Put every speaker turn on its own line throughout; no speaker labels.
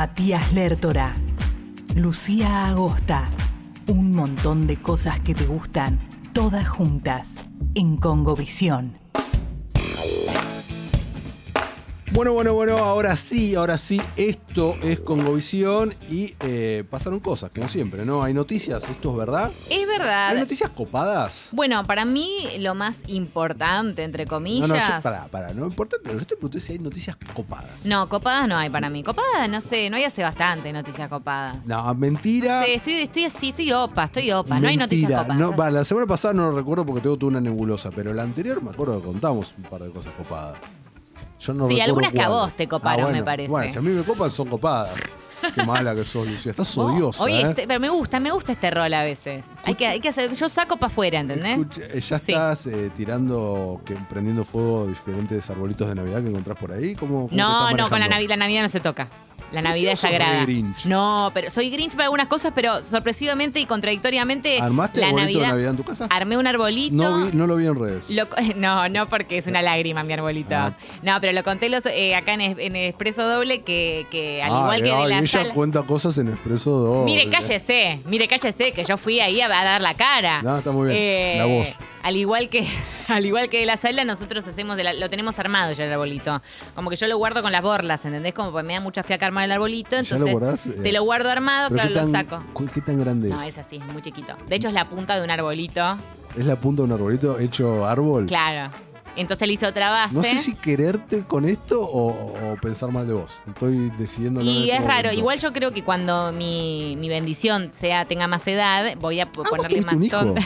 Matías Lertora, Lucía Agosta, un montón de cosas que te gustan, todas juntas, en Congovisión.
Bueno, bueno, bueno, ahora sí, ahora sí, esto es Congovisión y eh, pasaron cosas, como siempre, ¿no? Hay noticias, esto es verdad.
Es
Hay
verdad.
noticias copadas.
Bueno, para mí lo más importante, entre
No,
comillas.
no, yo- pará, pará, no, importante, yo te pregunté si hay noticias copadas.
No, copadas no hay para mí. Copadas, no sé, no hay hace bastante noticias copadas.
No, mentira.
No sé, estoy, estoy así, estoy opa, estoy opa. no hay noticias
mentira.
copadas.
No, va, la semana pasada no lo recuerdo porque tengo toda una nebulosa, pero la anterior me acuerdo que contamos un par de cosas copadas. Yo no
Sí,
recuerdo
algunas que a
cuáles.
vos te coparon,
bueno,
me parece.
Bueno, si a mí me copan, son copadas. Qué mala que sos, Lucía. Estás
Oh,
odiosa.
Oye,
¿eh?
este- pero me gusta, me gusta este rol a veces. Hay que, hay que hacer, yo saco para afuera, ¿entendés?
Escucha, eh, ¿Ya
Sí.
estás eh, tirando, que, prendiendo fuego diferentes arbolitos de Navidad que encontrás por ahí? ¿Cómo, cómo te estás
No, no, con la,
manejando?
Navi- la Navidad no se toca.
Pero
La
si
Navidad
vos
es
sos re
sagrada.
Grinch.
No, pero soy Grinch para algunas cosas, pero sorpresivamente y contradictoriamente.
¿Armaste
eh, la
arbolito
Navidad,
de Navidad en tu casa?
Armé un arbolito.
No, vi- no lo vi en redes.
Lo co- no, no porque es una lágrima mi arbolito.
Ah.
No, pero lo conté los, eh, acá en, es- en Expreso Doble que, que al
Ah,
igual que
eh,
de
ay,
la
ella
sala-
cuenta cosas en Expreso 2.
Mire, cállese, mire, cállese, que yo fui ahí a, a dar la cara.
No, está muy bien.
Eh,
La voz.
Al igual que, al igual que de la sala, nosotros hacemos de la- lo tenemos armado ya el arbolito. Como que yo lo guardo con las borlas, ¿entendés? Como que me da mucha fiaca armar el arbolito,
¿Ya
entonces
lo guardás? Eh,
te lo guardo armado,
Pero
claro,
¿qué, tan,
lo saco.
cu- ¿Qué tan grande
No,
es?
es así, es muy chiquito. De hecho, es la punta de un arbolito.
es? la punta de un arbolito hecho árbol?
Claro. Entonces le hice otra base.
No sé si quererte con esto o, o pensar mal de vos. Estoy decidiendo. este
Y es raro, igual yo creo que cuando mi, mi bendición sea tenga más edad, voy
Ah,
a po- ponerle más onda.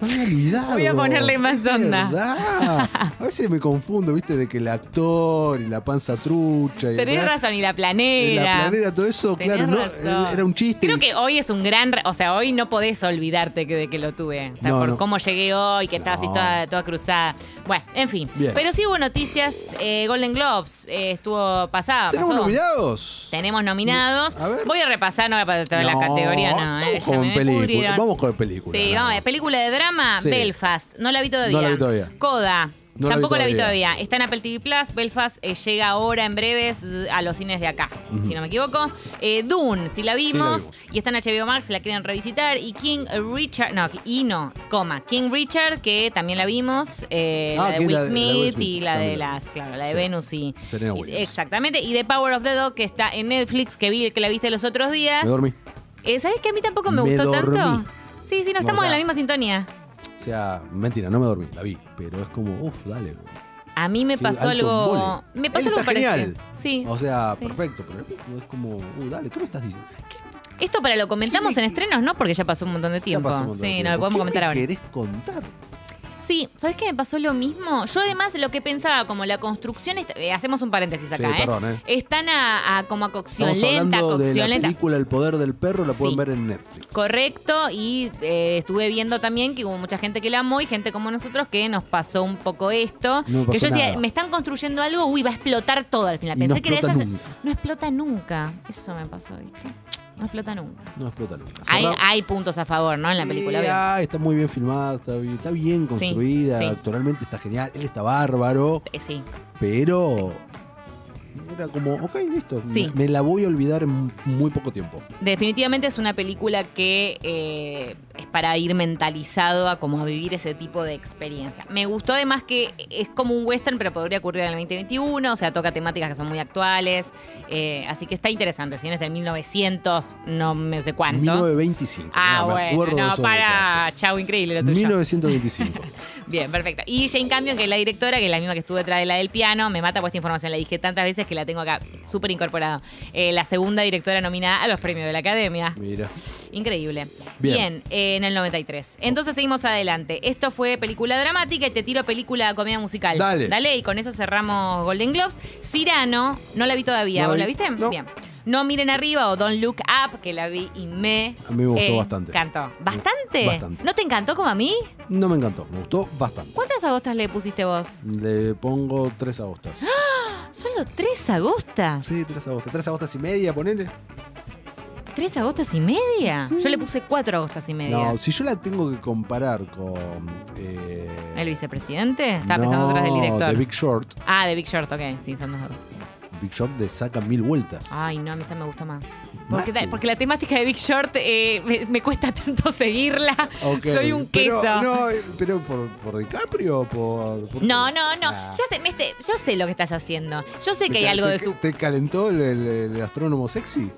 Me había olvidado.
Voy a ponerle más
Es
onda.
verdad. A veces me confundo, viste, de que el actor y la panza trucha y
Tenés
la-
razón, y la
en
planera.
la planera, todo eso,
Tenés
claro, no,
razón.
era un chiste.
Creo que hoy es un gran. re- O sea, hoy no podés olvidarte que, de que lo tuve. O sea,
No,
por
no.
cómo llegué hoy, que estaba así
No.
toda, toda cruzada. Bueno, en fin.
Bien.
Pero sí hubo noticias. eh, Golden Globes eh, estuvo pasada.
¿Tenemos
pasó.
nominados?
Tenemos nominados.
A ver.
Voy a repasar, no voy a pasar todas las categorías, no. eh,
Vamos
ya
con
me
película.
pudrieron.
Vamos con película.
Sí,
nada
vamos, a
más.
ver, película de drama,
Sí.
Belfast. No la vi todavía.
No la vi todavía.
Coda.
No la vi
Tampoco la vi
todavía.
todavía. Está en Apple TV Plus. Belfast eh, llega ahora en breves eh, a los cines de acá,
Ujú.
si no me equivoco. Eh, Dune, si la vimos.
vimos.
Y está en HBO Max, si la quieren revisitar. Y King Richard, no, y no, coma. King Richard, que también la vimos. eh,
Ah,
la,
que
de
es
Will
la de- la de Will
Smith y
Smith,
la de
también.
las, claro, la de
Sí.
Venus y.
Serena
y-
Williams.
exactamente. Y The Power of the Dog, que está en Netflix, que vi que la viste los otros días.
Me dormí.
Eh, ¿Sabes que a mí tampoco me,
Me
gustó
dormí.
tanto? Sí, sí, no
No,
estamos
o sea-
en la misma sintonía.
O sea, mentira, no me dormí, la vi. Pero es como, uff, dale. bro.
A mí me
Qué
pasó
alto
algo.
embole.
Me pasó
Él
algo
está
parecido.
genial.
Sí.
O sea,
Sí.
perfecto, pero es como, uh, dale, ¿qué me estás diciendo? ¿Qué
Esto para lo comentamos en estrenos, ¿no? Porque ya pasó un montón de
ya
tiempo.
pasó un montón de
sí,
tiempo?
no lo podemos
¿Qué
comentar
me
ahora.
querés contar?
Sí, ¿sabes qué me pasó lo mismo? Yo además lo que pensaba, como la construcción. est- eh, hacemos un paréntesis acá,
sí,
¿eh?
perdón, ¿eh?
Están a, a como a cocción
Estamos
lenta,
hablando de la
cocción lenta.
película El Poder del Perro, la pueden
Sí.
ver en Netflix.
Correcto, y eh, estuve viendo también que hubo mucha gente que la amó y gente como nosotros que nos pasó un poco esto.
No me pasó
que yo decía,
nada.
me están construyendo algo, uy, va a explotar todo al final.
Y no
Pensé que era
explota
esas-
nunca.
No explota nunca. Eso me pasó, ¿viste? No explota nunca.
No explota nunca.
Hay,
Cerrá-
hay puntos a favor, ¿no? En la
Sí,
película. obvio.
ah, está muy bien filmada, está bien, está bien construida,
sí.
actualmente está genial, él está bárbaro,
Eh, Sí.
pero era como, ok, listo,
Sí.
me, me la voy a olvidar en muy poco tiempo.
Definitivamente es una película que eh, es para ir mentalizado a como a vivir ese tipo de experiencia. Me gustó además que es como un western, pero podría ocurrir en el 2021, o sea, toca temáticas que son muy actuales, eh, así que está interesante. Si no es el 1900, no me sé cuánto.
1925.
ah,
no, me
bueno,
acuerdo de
no,
esos
para, chau, increíble lo
detalles.
tuyo.
1925.
Bien, perfecto. Y Jane Campion, que es la directora, que es la misma que estuvo detrás de la del piano, me mata por esta información, la dije tantas veces que la tengo acá súper incorporada. Eh, la segunda directora nominada a los premios de la Academia.
Mira.
Increíble.
Bien.
Bien, eh, en el 93. Entonces seguimos adelante. Esto fue película dramática y te tiro película comedia musical.
Dale.
Dale, y con eso cerramos Golden Globes. Cirano, no la vi todavía.
No la
¿Vos
vi.
la viste?
No.
Bien. No miren arriba o Don't Look Up, que la vi y me.
A mí me
Eh,
gustó bastante.
Encantó. ¿Bastante?
Bastante.
¿No te encantó como a mí?
No me encantó, me gustó bastante.
¿Cuántas agostas le pusiste vos?
Le pongo tres agostas.
¿Solo tres agostas?
Sí, tres agostas. Tres agostas y media, ponele.
¿Tres agostas y media?
Sí.
Yo le puse cuatro agostas y media.
No, si yo la tengo que comparar con. eh,
¿El vicepresidente? Estaba
no,
pensando atrás del
de
director.
Big Short.
Ah, de Big Short, ok. Sí, son dos. agostas.
Big Short de sacan mil vueltas.
Ay, no, a mí esta me gusta más.
Mate.
Porque, porque la temática de Big Short eh, me, me cuesta tanto seguirla.
Ok.
Soy un
Pero,
queso.
no, eh, pero por, por DiCaprio o por. por-
No, no, no.
Ah.
Yo, sé, me este- yo sé lo que estás haciendo. Yo sé
¿Te
que hay
ca-
algo
te-
de su.
¿Te calentó el, el- el astrónomo sexy?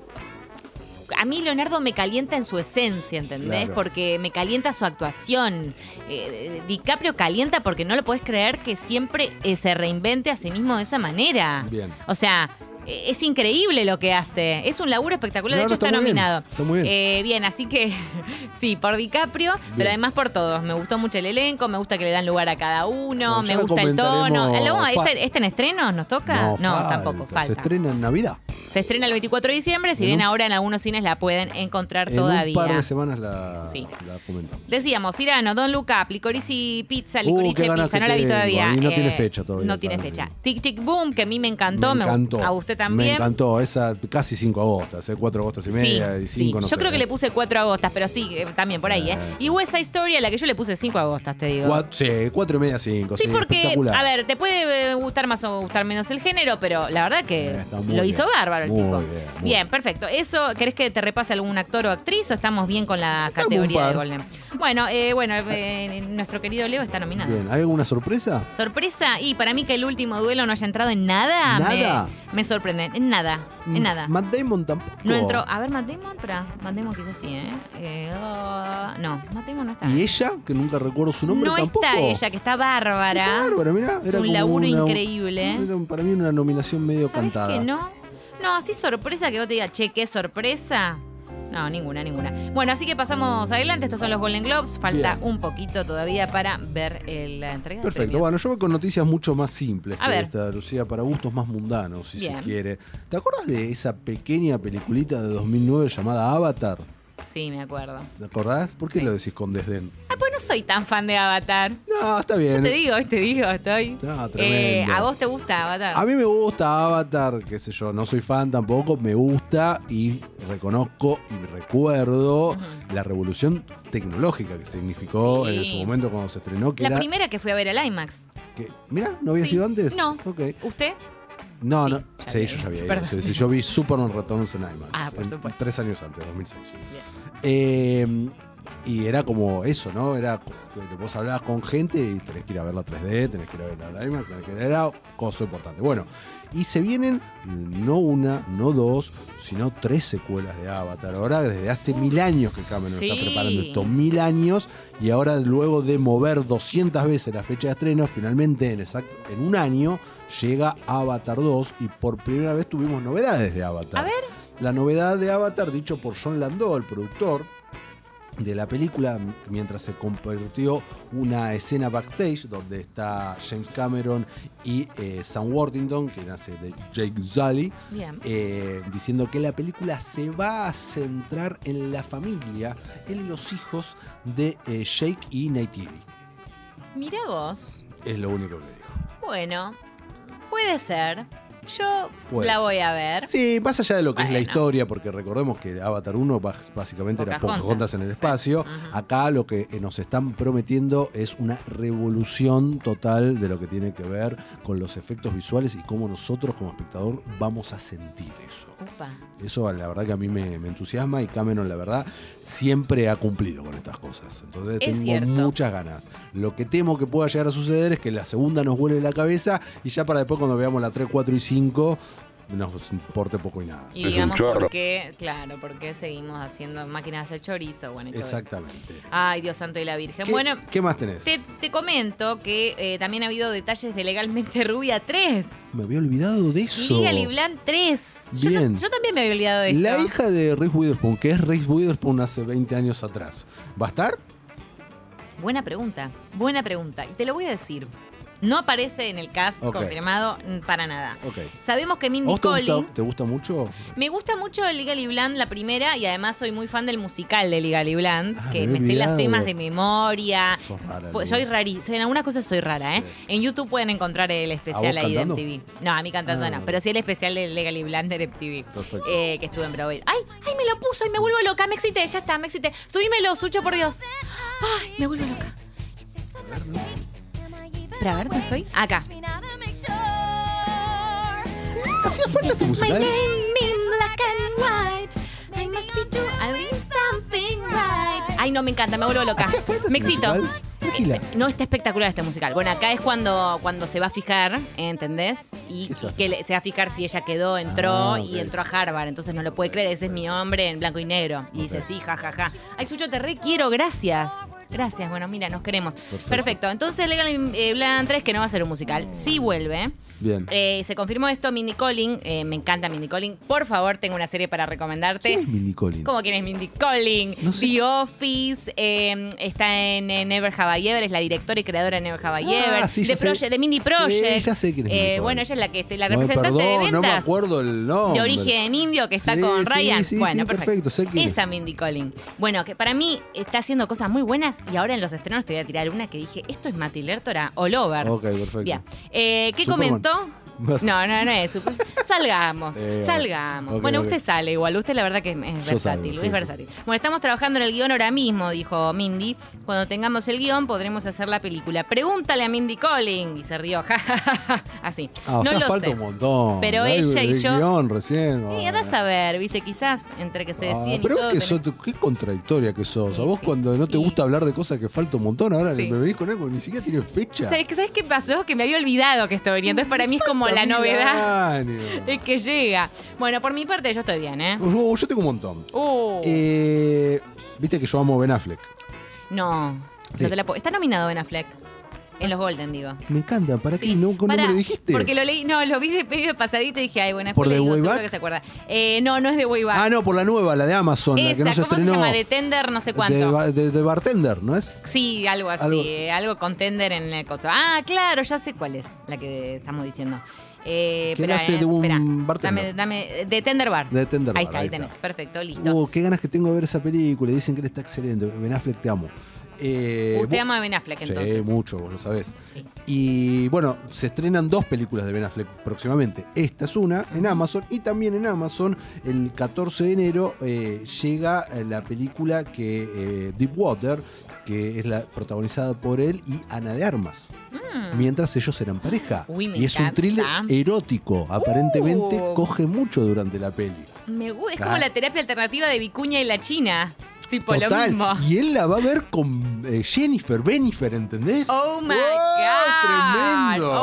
A mí Leonardo me calienta en su esencia, ¿entendés?
Claro.
Porque me calienta su actuación. Eh, DiCaprio calienta porque no lo podés creer que siempre eh, se reinvente a sí mismo de esa manera.
Bien.
O sea, eh, es increíble lo que hace. Es un laburo espectacular.
No,
de
no,
hecho,
está
está,
muy bien.
nominado.
Está muy bien.
Eh, bien, así que sí, por DiCaprio, pero además por todos. Me gustó mucho el elenco, me gusta que le dan lugar a cada uno,
Bueno, ya
me
lo
gusta el tono.
comentaremos.
Ah, luego,
Fal-
¿Este, este en estreno nos toca? No,
falta.
tampoco,
Se
falta.
estrena en Navidad.
Se estrena el 24 de diciembre, si
En
bien
un-
ahora en algunos cines la pueden encontrar
En
todavía.
un par de semanas la,
Sí.
la comentamos.
Decíamos, Irano, Don Luca, Licorici Pizza,
Uh,
Licorice
qué ganas
Pizza,
que
no la vi
tengo.
todavía. eh,
Y no tiene fecha todavía,
No tiene
claro,
fecha.
sí.
Tic Tic Boom, que a mí me encantó, me
encantó.
A usted
Me
también.
encantó. Esa casi 5 agostas, eh, 4 agostas y media y
sí.
5 no
yo creo que le puse 4 agostas, pero sí, eh, también por ahí, ¿eh?
Eh,
Y West Side Story, a la que yo le puse 5 agostas, te digo.
4, sí, 4 y media, 5.
Sí, porque,
espectacular.
a ver, te puede eh, gustar más o gustar menos el género, pero la verdad que
Eh, está muy
lo hizo
bien.
bárbaro el
Muy
tipo.
bien, muy bien.
perfecto. ¿Eso querés que te repase algún actor o actriz o estamos bien con la
Dame un
categoría de
par.
Golden? Bueno, eh, bueno, eh, nuestro querido Leo está nominado.
Bien, ¿hay alguna sorpresa?
Sorpresa, y para mí que el último duelo no haya entrado en nada, me-
¿Nada? Mm,
Me, sorprende. En nada, en nada.
Matt Damon tampoco.
no entró. Ah, A ver, Matt Damon, pará. Matt Damon quizás sí, ¿eh? Eh, oh, no, Matt Damon no está.
¿Y ella? Que nunca recuerdo su nombre
no
tampoco.
está ella, que está bárbara.
Está bárbara, mirá.
Es
era
un
como
laburo
una-
increíble. ¿eh?
era para mí una nominación medio
¿Sabés
cantada.
que no? No, así sorpresa que vos te digas, che, qué sorpresa. No, ninguna, ninguna. Bueno, así que pasamos adelante. Estos son los Golden Globes. Falta
Bien.
un poquito todavía para ver el- la entrega. de
Perfecto,
premios.
bueno, yo voy con noticias mucho más simples
A
que
ver.
esta, Lucía, para gustos más mundanos, si
Bien.
se quiere. ¿Te acuerdas de esa pequeña peliculita de 2009 llamada Avatar?
Sí, me acuerdo.
¿Te acordás? ¿Por qué
Sí.
lo decís con desdén?
Ah, pues no soy tan fan de Avatar.
No, está bien.
Yo te digo, te digo, estoy. eh,
No, Ah, tremendo.
¿A vos te gusta Avatar?
A mí me gusta Avatar, qué sé yo, no soy fan tampoco, me gusta y reconozco y recuerdo la revolución tecnológica que significó
Sí.
en su momento cuando se estrenó. Que
la
era
primera que fui a ver al IMAX.
que- mirá, ¿no había
Sí.
sido antes?
No.
Ok.
¿Usted?
No,
Sí,
no.
ya
Sí, yo
había ido.
ya había ido.
Perdón.
Sí, sí, yo vi Superman Returns en IMAX.
Ah, por
en-
supuesto.
Tres años antes, 2006.
Bien.
Eh, y era como eso, ¿no? Era que vos hablabas con gente y tenés que ir a ver la 3D, tenés que ir a ver la IMAX, tenés que era cosa importante. Bueno, y se vienen no una, no dos, sino tres secuelas de Avatar. Ahora, desde hace mil años que Cameron
Sí.
está preparando esto, mil años, y ahora luego de mover 200 veces la fecha de estreno, finalmente en, exact- en un año llega Avatar 2 y por primera vez tuvimos novedades de Avatar.
A ver.
La novedad de Avatar, dicho por John Landau, el productor de la película, m- mientras se compartió una escena backstage donde está James Cameron y eh, Sam Worthington, que nace de Jake Sully,
Bien.
eh, diciendo que la película se va a centrar en la familia, en los hijos de eh, Jake y Neytiri.
Mirá vos.
Es lo único que dijo.
Bueno, puede ser. Yo
Puede
la
ser.
voy a ver.
Sí, más allá de lo que es la
Bueno.
historia, porque recordemos que Avatar 1 bas- básicamente era
Pocahontas.
Pocahontas en el
Sí.
espacio.
Ujú.
Acá lo que eh, nos están prometiendo es una revolución total de lo que tiene que ver con los efectos visuales y cómo nosotros como espectador vamos a sentir eso.
Upa.
Eso la verdad que a mí me, me entusiasma y Cameron la verdad siempre ha cumplido con estas cosas. Entonces
Es
tengo
cierto.
muchas ganas. Lo que temo que pueda llegar a suceder es que la segunda nos vuele la cabeza y ya para después cuando veamos la 3, 4 y 5 nos importe poco y nada.
Y digamos por qué, claro, por qué seguimos haciendo máquinas de hacer chorizo, bueno, y todo eso.
Exactamente.
Ay, Dios santo y la Virgen.
¿Qué,
Bueno,
¿Qué más tenés?
te, te comento que eh, también ha habido detalles de Legalmente Rubia 3.
Me había olvidado de eso.
Liga Liblan 3. Yo, no-
Bien.
yo también me había olvidado de esto.
La hija de Reese Witherspoon, que es Reese Witherspoon hace 20 años atrás, ¿va a estar?
Buena pregunta, buena pregunta. Y te lo voy a decir. No aparece en el cast
Ok.
confirmado mm, para nada.
Ok.
Sabemos que
¿A
Mindy
vos te
Collins...
gusta, te gusta mucho?
Me gusta mucho Liga Bland, la primera, y además soy muy fan del musical de Liga Bland,
Ah,
que
me
me,
había
sé las
olvidado.
temas de memoria.
Sos rara,
Po-
Lu.
Ah, pues Soy rarí, soy en algunas cosas soy rara, ¿eh? En YouTube pueden encontrar el especial
¿A vos
ahí
cantando?
de MTV. No, a mí cantando
Ah.
no, pero sí el especial de Legally Blonde de MTV.
Perfecto.
eh, que estuve en Broadway. ¡Ay! ¡Ay, me lo puso! ¡Ay, me vuelvo loca! ¡Me excité! ¡Ya está! ¡Me excité! ¡Subímelo, Sucho, por Dios! ¡Ay, me vuelvo loca! Pero a ver, ¿dónde estoy? Acá.
Hacía falta esta
This is my
música.
name
¿eh?
in black and white. I must be doing something right. Ay, no, me encanta, me vuelvo loca.
Hacía falta
Me
este
excito. Eh,
musical. Tranquila.
No, está espectacular este musical. Bueno, acá es cuando, cuando se va a fijar, ¿entendés? Y,
¿Qué se va a
y que le- se va a fijar si ella quedó, entró
Ah, ok.
y entró a Harvard. Entonces no lo puede creer, ese es mi hombre en blanco y negro. Y dice,
Ok.
sí, ja, ja, ja. Ay, Sucho, te requiero, gracias. Gracias, bueno, mira, nos queremos. Perfecto. Entonces Legal eh, Blan 3, que no va a ser un musical, sí vuelve.
Bien.
Eh, se confirmó esto, Mindy Colling. eh, me encanta Mindy Colling. Por favor, tengo una serie para recomendarte.
¿Quién es Mindy Collins?
Como quien es Mindy Colling,
No sé.
The Office, eh, está en eh, Never Have I Ever, es la directora y creadora de Never Have I Ever,
Ah, sí, ya
de,
sé.
Proye- de Mindy
Sí,
Project.
ya sé quién es
Eh,
Mindy Colling.
bueno, ella es la que este, la
No,
representante de
perdón,
ventas.
no me acuerdo el nombre.
De origen indio que está
Sí,
con
sí,
Ryan.
sí,
bueno,
sí, perfecto, sé quién es.
Esa Mindy Colling. Bueno, que para mí está haciendo cosas muy buenas y ahora en los estrenos te voy a tirar una que dije, esto es Mati Lertora all over.
Ok, perfecto.
Bien. Eh, ¿Qué
Superman.
comentó?
Vas-
No, no, no es. super- Salgamos,
Eh,
salgamos.
ok,
bueno,
ok.
usted sale igual. Usted la verdad que es, es versátil,
salgo, sí,
es
sí.
versátil. Bueno, estamos trabajando en el guión ahora mismo, dijo Mindy. Cuando tengamos el guión podremos hacer la película. Pregúntale a Mindy Colling. Y se rió. ja, ja, ja, ja. Así.
Ah, o
no
sea,
lo
falta
sé.
un montón.
Pero
Ay,
ella y
el
yo-
guión recién.
Eh,
ah.
andá a saber, viste, quizás entre que se
Ah,
deciden
pero
y
es
todo.
que
tenés-
sos- qué contradictoria que sos.
Sí,
a vos
sí.
cuando no te
Y-
gusta hablar de cosas que falta un montón, ahora
Sí.
me venís con algo que ni siquiera tiene fecha.
¿Sabes, ¿Sabes qué pasó? Que me había olvidado que estoy viniendo. Entonces para mí es como la
Mil
novedad
años.
es que llega. Bueno, por mi parte yo estoy bien, ¿eh?
Yo, yo tengo un montón.
Uh.
Eh, Viste que yo amo Ben Affleck.
No,
Sí.
no te la puedo. Está nominado Ben Affleck. En los Golden, digo.
Me encanta. ¿Para
Sí.
qué? No, ¿Cómo
Pará,
no me lo dijiste?
Porque lo leí, no, lo vi de medio pasadito y dije, ay, bueno,
¿Por
después
The
le digo,
Way
seguro
Back?
que se acuerda. Eh, no, no es de Way Back.
Ah, no, por la nueva, la de Amazon, la
Esa,
que no se
¿cómo
estrenó.
se llama? De Tender, no sé
De
cuánto.
ba- de- de bartender, ¿no es?
Sí, algo así,
Algo-
eh, algo, con Tender en el coso. Ah, claro, ya sé cuál es la que estamos diciendo. Eh,
Que
esperá,
nace
eh,
de un
esperá.
bartender.
Dame, dame, de Tender Bar.
De Tender Bar,
ahí Está,
ahí
ahí
está.
tenés, perfecto, listo.
Oh, qué ganas que tengo de ver esa película. Dicen que él está excelente. Ben Affleck, te amo. Eh,
Usted
bu-
ama a Ben Affleck, entonces.
Sí, mucho, vos lo sabés.
Sí.
Y bueno, se estrenan dos películas de Ben Affleck próximamente. Esta es una en Amazon y también en Amazon el 14 de enero eh, llega eh, la película que eh, Deepwater, que es la protagonizada por él y Ana de Armas. Mientras ellos eran pareja.
Mm. Uy, me
y es un
encanta.
thriller erótico. Aparentemente
Uh.
coge mucho durante la peli.
Me gu- es
Claro.
como la terapia alternativa de Vicuña y la China. Tipo lo
Total.
mismo.
Y él la va a ver con eh, Jennifer, Benifer, ¿entendés?
Oh my
Wow,
God.
Tremendo.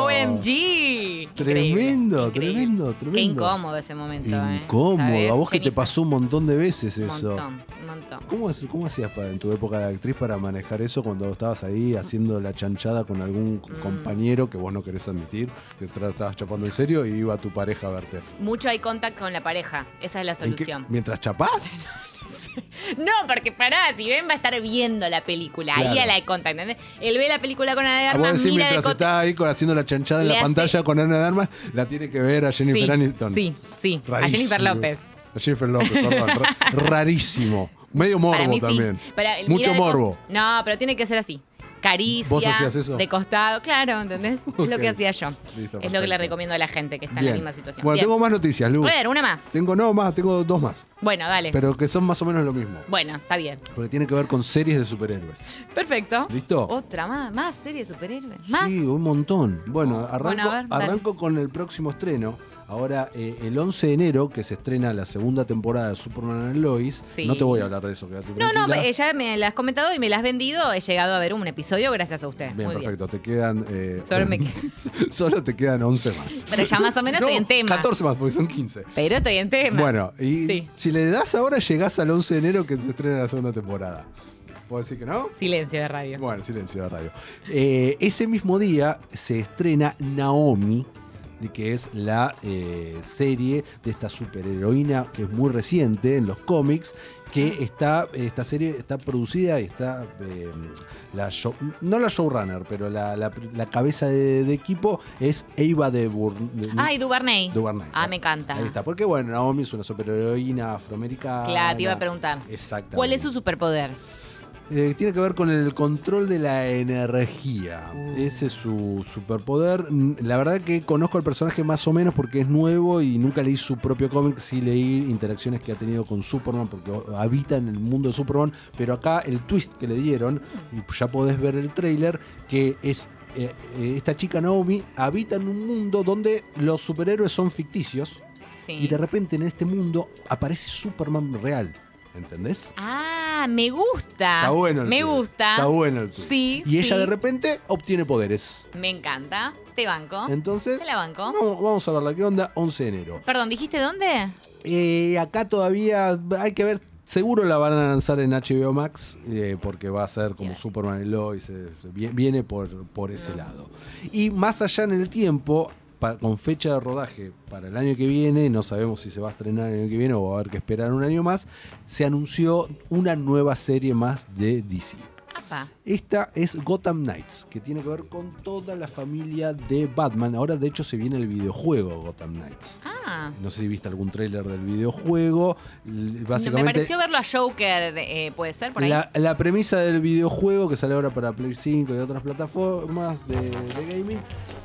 Tremendo,
OMG. Increíble,
tremendo,
increíble.
tremendo.
Qué incómodo ese momento, ¿eh?
Incómodo.
¿Sabes,
A vos que te
Jennifer?
pasó un montón de veces
Un
eso.
montón, un montón.
¿Cómo, hace- cómo hacías pa- en tu época de actriz para manejar eso cuando estabas ahí haciendo la chanchada con algún
Mm.
compañero que vos no querés admitir, que te la estabas chapando en serio y iba tu pareja a verte?
Mucho hay contacto con la pareja. Esa es la
¿En qué-
solución.
¿Mientras chapás?
No, porque pará, si Ben va a estar viendo la película, ahí
Claro.
a la de contact, ¿entendés? Él ve la película con Ana de
A Ah, vos
Armas,
decís,
mira de
mientras
cote-
está ahí con- haciendo la chanchada en
Le
la
hace-
pantalla con Ana de Armas, la tiene que ver a Jennifer
sí,
Aniston.
Sí, sí, a
Rarísimo.
Jennifer López.
A Jennifer López, perdón. Ra- rarísimo. Medio
Para
morbo
mí
también.
sí. Para el
Mucho
mirar de co-
morbo.
No, pero tiene que ser así. Caricia.
¿Vos hacías eso?
De costado, claro, ¿entendés? Es lo
Ok.
que hacía yo.
Listo,
es lo que le
perfecto.
recomiendo a la gente que está en la
Bien.
misma situación.
Bueno,
Bien.
tengo más noticias, Lu.
A ver, una más.
Tengo no más, tengo dos más.
Bueno, dale.
Pero que son más o menos lo mismo.
Bueno, está bien.
Porque tiene que ver con series de superhéroes.
Perfecto.
¿Listo?
Otra más, más serie de superhéroes. Oh, Más.
Sí, un montón. Bueno,
Oh,
arranco,
bueno, a ver, dale.
arranco con el próximo estreno. Ahora, eh, el 11 de enero, que se estrena la segunda temporada de Superman and Lois.
Sí.
No te voy a hablar de eso, quédate
no, no,
tranquila.
eh, ya me las has comentado y me las has vendido. He llegado a ver un episodio gracias a usted.
Bien,
Muy
perfecto. Te quedan. eh,
Solo me-
solo te quedan 11 más.
Pero ya más o menos
No,
estoy en tema.
14 más, porque son 15.
bien. Pero estoy en tema.
Bueno, y
Sí.
si le das ahora, llegás al 11 de enero que se estrena la segunda temporada. ¿Puedo decir que no?
Silencio de radio.
Bueno, silencio de radio. Eh, ese mismo día se estrena Naomi, que es la eh, serie de esta superheroína que es muy reciente en los cómics, que está, esta serie está producida y está, eh, la show- no la showrunner, pero la, la- la cabeza de, de equipo es Eva de Bur- de-
Ay, Duvarney.
Duvernay.
Ah, me encanta.
Ahí está, porque bueno, Naomi es una superheroína afroamericana.
Claro, te iba a preguntar.
Exactamente.
¿Cuál es su superpoder?
Eh, tiene que ver con el control de la energía. Ese es su superpoder. N- La verdad que conozco al personaje más o menos porque es nuevo y nunca leí su propio cómic. Sí leí interacciones que ha tenido con Superman porque o- habita en el mundo de Superman. Pero acá el twist que le dieron, y ya podés ver el trailer, que es eh, eh, esta chica Naomi habita en un mundo donde los superhéroes son ficticios
Sí.
y de repente en este mundo aparece Superman real. ¿Entendés?
Ah, me gusta.
Está bueno el
Me
twist.
gusta.
Está bueno el twist.
Sí.
Y ella
sí.
de repente obtiene poderes.
Me encanta. Te banco.
Entonces,
Oh, Te la banco.
vamos, vamos a verla. ¿Qué onda? 11 de enero.
Perdón, ¿dijiste dónde?
Eh, acá todavía hay que ver. Seguro la van a lanzar en HBO Max eh, porque va a ser como
Yes.
Superman y Lois. eh, se- vie- viene por, por ese lado. Y más allá en el tiempo, pa- con fecha de rodaje para el año que viene, no sabemos si se va a estrenar el año que viene o va a haber que esperar un año más, se anunció una nueva serie más de DC.
Apa.
Esta es Gotham Knights, que tiene que ver con toda la familia de Batman. Ahora de hecho se viene el videojuego Gotham Knights.
Ah.
No sé si viste algún tráiler del videojuego. L-
Me
Básicamente,
pareció verlo a Joker, eh, puede ser, por ahí.
la, la premisa del videojuego que sale ahora para Play 5 y otras plataformas de, de gaming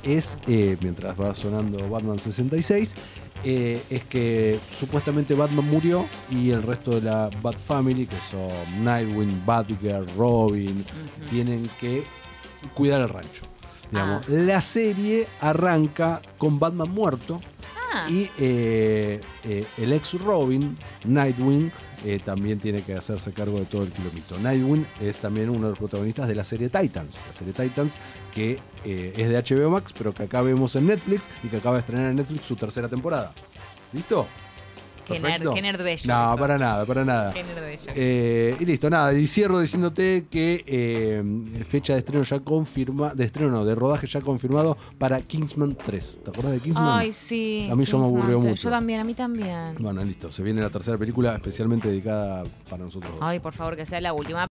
es, eh, mientras va sonando Batman 66, eh, es que supuestamente Batman murió y el resto de la Bat Family, que son Nightwing, Batgirl, Robin,
Ujú.
tienen que cuidar el rancho. digamos.
Ah.
La serie arranca con Batman muerto,
Ah,
y eh, eh, el ex Robin, Nightwing, eh, también tiene que hacerse cargo de todo el kilomito. Nightwing es también uno de los protagonistas de la serie Titans. La serie Titans que eh, es de HBO Max, pero que acá vemos en Netflix y que acaba de estrenar en Netflix su tercera temporada. ¿Listo?
qué
Perfecto.
nerd, qué nerd bello.
No,
eso.
para nada, para nada.
Qué nerd bello.
Eh, y listo, nada, y cierro diciéndote que eh, fecha de estreno ya confirma, de estreno no, de rodaje ya confirmado para Kingsman 3. ¿Te acordás de Kingsman?
Ay, sí.
A mí yo me
Kingsman,
aburrió
te-
mucho.
Yo también, a mí también.
Bueno, listo. Se viene la tercera película especialmente dedicada para nosotros. dos.
Ay, por favor, que sea la última.